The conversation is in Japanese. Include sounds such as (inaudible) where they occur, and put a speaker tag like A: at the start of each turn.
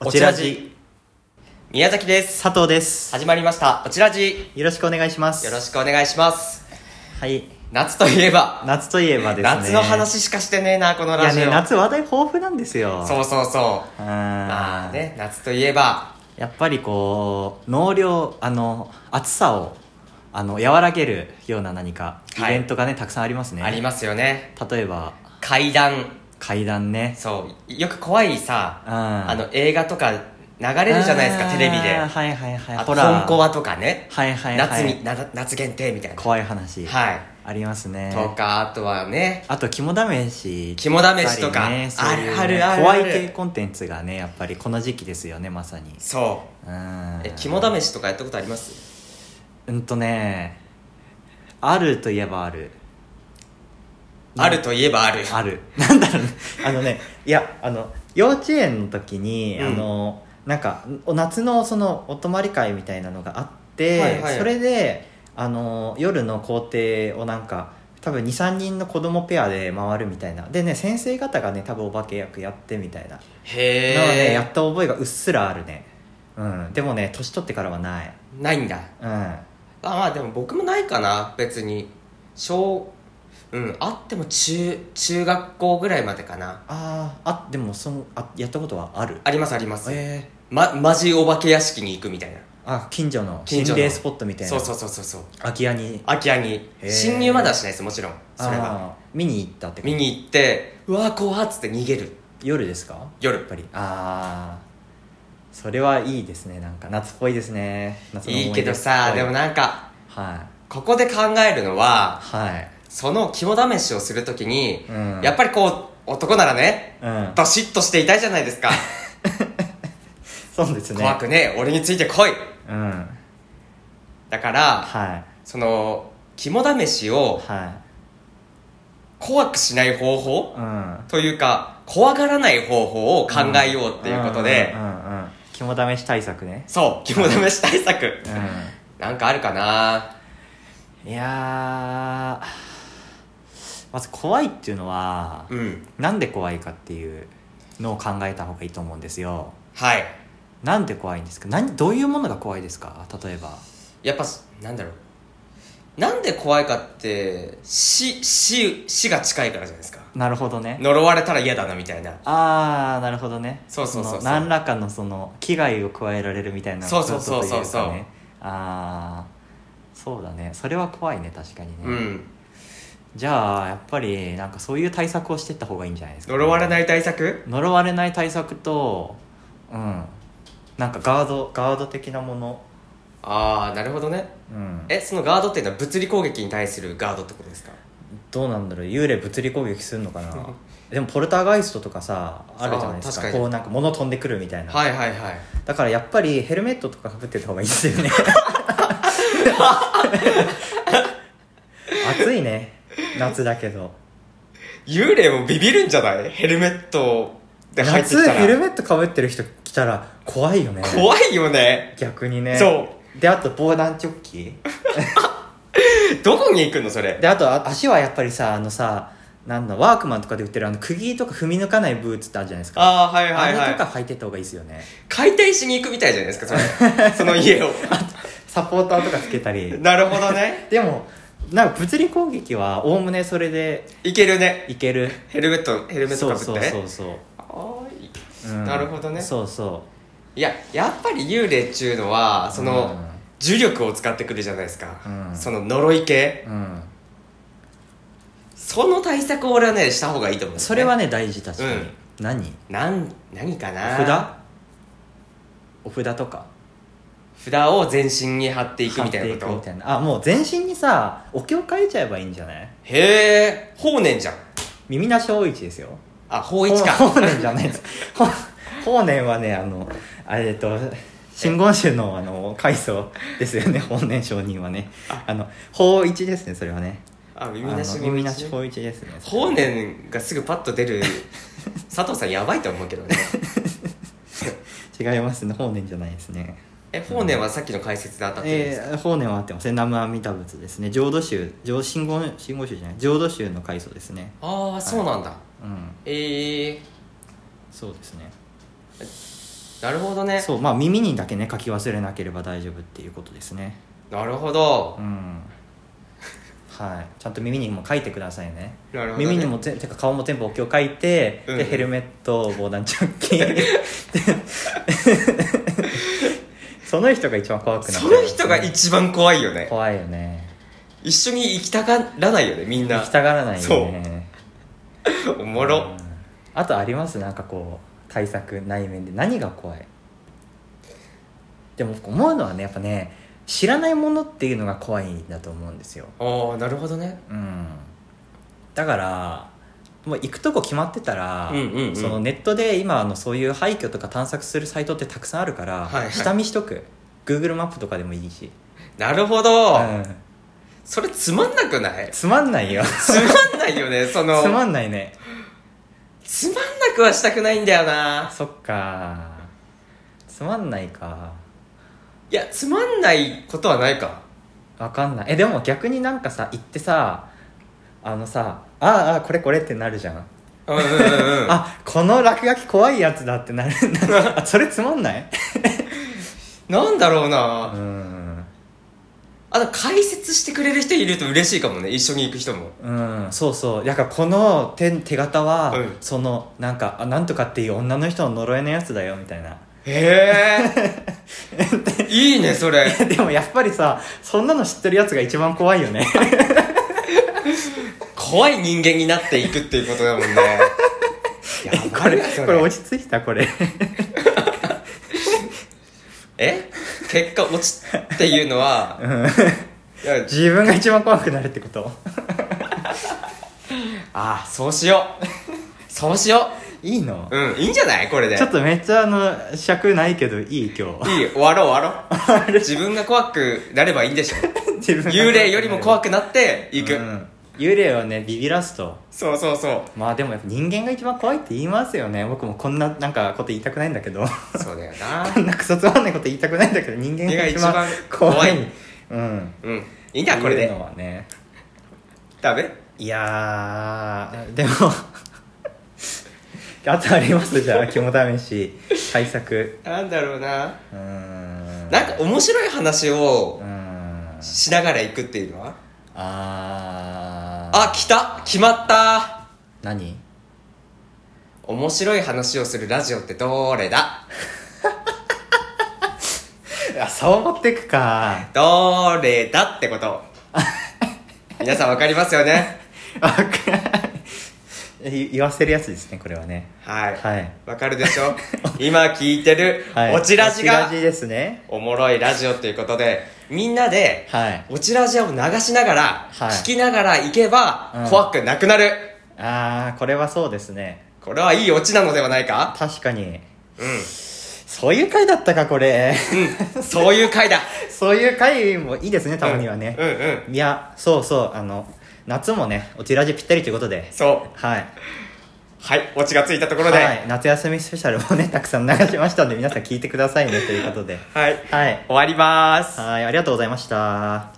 A: おちらじ
B: 宮崎です
A: 佐藤です
B: 始まりましたおちらじ
A: よろしくお願いします
B: よろしくお願いします
A: はい
B: 夏といえば
A: 夏といえばですね
B: 夏の話しかしてねえなこの
A: い
B: ラ
A: や
B: ジオ
A: ね夏話題豊富なんですよ
B: そうそうそう
A: うん
B: まあね夏といえば
A: やっぱりこう納涼あの暑さをあの和らげるような何かイ
B: はい
A: ベントがね、たくさんありますね
B: ありますよね
A: 例えば
B: 階段
A: 階段ね
B: そうよく怖いさ
A: うん
B: あの映画とか流れるじゃないです
A: あ
B: か
A: ー
B: テレビであ
A: はいはいはい
B: と
A: ホラー
B: 本コアとかね
A: はいはいはい
B: 夏にな夏限定みたいな
A: 怖い話、
B: はい
A: ありますね
B: とかあとはね
A: あと肝試し
B: 肝試しとか
A: やっぱりねそう
B: あ
A: いうね
B: るあるある
A: 怖い系コンテンツがねやっぱりこの時期ですよねまさに
B: そううんえ肝試しとかやったことあります
A: うんとねあるといえばある
B: あるといえばある
A: あるなんだろうね (laughs) あのねいやあの幼稚園の時に、
B: うん
A: あのなんかお夏のそのお泊まり会みたいなのがあって、
B: はいはい
A: それであの夜の校庭をなんか多分23人の子供ペアで回るみたいなでね先生方がね多分お化け役やってみたいな
B: へ
A: なのでや
B: え
A: った覚えがうっすらあるねうんでもね年取ってからはない
B: ないんだ
A: うん
B: あまあでも僕もないかな別に小うんあっても中中学校ぐらいまでかな
A: あーあでもそのあやったことはある
B: ありますあります、
A: え
B: ま、マジお化け屋敷に行くみたいな
A: ー、あ近所の心
B: 近所の
A: 霊スポットみたいな
B: そうそうそうそうそう
A: 空き家に
B: 空き家に
A: へー
B: 侵入まではしないですもちろんそれは
A: あー見に行ったってこと
B: 見に行ってうわ怖っつって逃げる
A: 夜ですかや
B: 夜
A: っぱりああそれはいいですねなんか夏っぽいですね夏の思
B: いい
A: 出
B: けどさでもなんか
A: はい
B: ここで考えるのは
A: はい
B: その肝試しをするときに、
A: うん
B: やっぱりこう男ならね
A: うん
B: どしっとしていたいじゃないですか、
A: そうですね
B: 怖くねえ俺についてこい
A: うん
B: だから
A: はい
B: その肝試しを
A: は
B: 怖くしない方
A: い
B: 法
A: うん
B: というか怖がらない方法を考えようっていうことで、
A: うんうんうんうん肝試し対策ね
B: そう肝試し対策、
A: う
B: なんかあるかなん
A: いやーまず怖いっていうのは、
B: うん
A: なんで怖いかっていうのを考えた方がいいと思うんですよ
B: はい
A: なんで怖いんですか何どういうものが怖いですか例えば
B: やっぱなんだろうなんで怖いかって死死死が近いからじゃないですか
A: なるほどね
B: 呪われたら嫌だなみたいな
A: ああなるほどね
B: そうそうそうそう
A: の何らかのその危害を加えられるみたいな
B: そうそうそうそ
A: こ
B: うそう
A: とといかねああそうだねそれは怖いね確かにね、
B: うん
A: じゃあやっぱりなんかそういう対策をしてった方がいいんじゃないですか、
B: 呪われ
A: い
B: ない対策
A: 呪われない対策とうんなんかガードガード的なもの
B: ああなるほどね
A: うん
B: えそのガードっていうのは物理攻撃に対するガードってことですか
A: どうなんだろう幽霊物理攻撃するのか
B: (laughs)
A: なでもポルターガイストとかさあるじゃないですか
B: あ確かに
A: こうなんか物飛んでくるみたいな、
B: はいはいはい
A: だからやっぱりヘルメットとかかぶってた方がいいです
B: (laughs)
A: よね暑いね夏だけど
B: 幽霊もビビるんじゃないヘルメットで入ってき
A: 夏
B: た
A: ヘル
B: ら
A: メットかぶってる人来たら怖いよね
B: 怖いよね
A: 逆にね
B: そう
A: であと防弾チョッキ
B: どこに行くのそれ
A: であとあ足はやっぱりさあのさなんだワークマンとかで売ってるあの釘とか踏み抜かないブーツってあるじゃないですかあ,、
B: ああはいはいは
A: れと
B: い
A: か履いてった方がいいですよね (laughs)
B: 解体しに行くみたいじゃないですかそれその家を
A: サポーターとかつけたり
B: なるほどね
A: でもなんか物理攻撃はおおむねそれで
B: いけるね
A: いける
B: ヘルメットヘルメットかぶって
A: そうそうそうそう
B: あーい
A: うん
B: なるほどね
A: そうそ
B: いややっぱり幽霊っちゅうのはその、
A: うん
B: 呪力を使ってくるじゃないですか、
A: うん
B: その呪い系
A: ううん
B: その対策を俺はねした方がいいと思う、
A: それはね大事確かに、
B: うん
A: 何
B: なん何かな
A: 札お札とか
B: 札を全身に貼っていくみたいなこ
A: 貼って
B: と
A: みたいなあもう全身にさお経書いちゃえばいいんじゃない
B: へえ法然じゃん
A: 耳なし大一ですよ
B: あ法一か
A: ほう法然じゃないですほう法然はねあのあれえっと真言宗のあの階層ですよね法然上人はねあの法一ですねそれはね
B: あ耳なし
A: あの耳なし
B: し
A: 法一ですね
B: 法然がすぐパッと出
A: (laughs)
B: る佐藤さんやばいと思うけどね
A: 違いますね法然じゃないですね
B: え法然はさっきの解説で当たってるんですか、
A: えー、法然はあってません南無阿弥陀仏ですね浄土宗浄真言真言宗じゃない浄土宗の開祖ですね
B: ああそうなんだ、
A: うん
B: ええ
A: そうですね
B: なるほどね
A: そうまあ耳にだけね書き忘れなければ大丈夫っていうことですね
B: なるほど
A: う、んはいちゃんと耳にも書いてくださいね
B: なるほどね
A: 耳にもぜてか顔も全部お経書いて、
B: うん
A: でヘルメット防弾チョッキ
B: (laughs)
A: でその人が一番怖くなっちゃ
B: そう
A: よ
B: の
A: ね
B: 人が一番怖いよね
A: 怖いよね
B: 一緒に行きたがらないよねみんな
A: 行きたがらないよ
B: そ
A: ね
B: おもろ
A: うんあとありますなんかこう対策内面で何が怖いでも思うのはねやっぱね知らないものっていうのが怖いんだと思うんですよ
B: ああなるほどね
A: うんだからもう行くとこ決まってたら、
B: うんうんうん
A: そのネットで今あのそういう廃墟とか探索するサイトってたくさんあるから、
B: はいはい
A: 下見しとく Google マップとかでもいいし、
B: なるほど、
A: うん、
B: それつまんなくない
A: つまんない
B: (laughs)
A: よ
B: つまんないよ (laughs) ねその
A: つまんないね
B: つまんなくはしたくないんだよな
A: そっかつまんないか
B: いやつまんないことはないか
A: わかんないえでも逆になんかさ行ってさあのさあああこれこれってなるじゃん、
B: うんうんうん (laughs) うん
A: あこの落書き怖いやつだってなる (laughs) あそれつまんない
B: なんだろう
A: う
B: な、
A: ん
B: あと解説してくれる人いると嬉しいかもね一緒に行く人も
A: うん、そうそうだからこの手手形は、
B: うん
A: そのなんかあなんとかっていう女の人の呪いのやつだよみたいな (laughs)
B: へえ (laughs) いいねそれ
A: でもやっぱりさそんなの知ってるやつが一番怖いよね
B: (laughs) 怖い人間になっていくっていうことだもんねや (laughs) ばいな
A: これ
B: そ
A: これ落ち着いたこれ
B: え結果落ちっていうのは、いや
A: 自分が一番怖くなるってこと (laughs)
B: ああそうしよ (laughs) うそうしよ
A: いいの、
B: ううんいいんじゃないこれで
A: ちょっとめっちゃあの尺ないけどいい今日
B: (laughs) いいよ終わろう終わろう自分が怖くなればいいんで (laughs) しょ
A: 自分が
B: 幽霊よりも怖
A: く
B: くなっていく、
A: うん幽霊はねビビらすと
B: そうそうそ
A: まあでもやっぱ人間が一番怖いって言いますよね僕もこんななんかこと言いたくないんだけど
B: うそうだよな
A: こんなクソつまんないこと言いたくないんだけど人間が一番怖い
B: 人が一
A: うん
B: うんいい
A: い
B: んだこれ
A: う
B: で
A: のはね
B: ダメ
A: いやーでもあとありますじゃあ肝試し対策
B: なんだろうな
A: うーん
B: なんか面白い話を
A: うーん
B: しながら行くっていうのは
A: あー
B: あ来た決まった
A: 何
B: 面白い話をするラジオってどれだ
A: あそう思ってくか
B: どれだって (laughs) こと皆さんわかりますよね
A: わかんないい言わせるやつですねこれはね
B: はいわ、
A: はい
B: かるでしょ今聞いてる
A: はい
B: オチラジ
A: オ
B: が
A: チラジですね
B: おもろいラジオっていうことでみんなで
A: はい
B: オチラジオを流しながら、
A: はい
B: 聞きながら行けば、
A: うん
B: 怖くなくなる
A: ああこれはそうですね
B: これはいいオチなのではないか
A: 確かに (laughs)
B: う
A: そういう回だったかこれ
B: んそういう回だ
A: (laughs) そういう回もいいですねたまにはね、
B: うんうん
A: いやそうそうあの夏もねおちラジぴったりということで
B: そう
A: はい、
B: はいオチがついたところでは、
A: はいい、夏休みスペシャルもねたくさん流しましたので皆さん聞いてくださいねということではい
B: 終わります
A: はいありがとうございました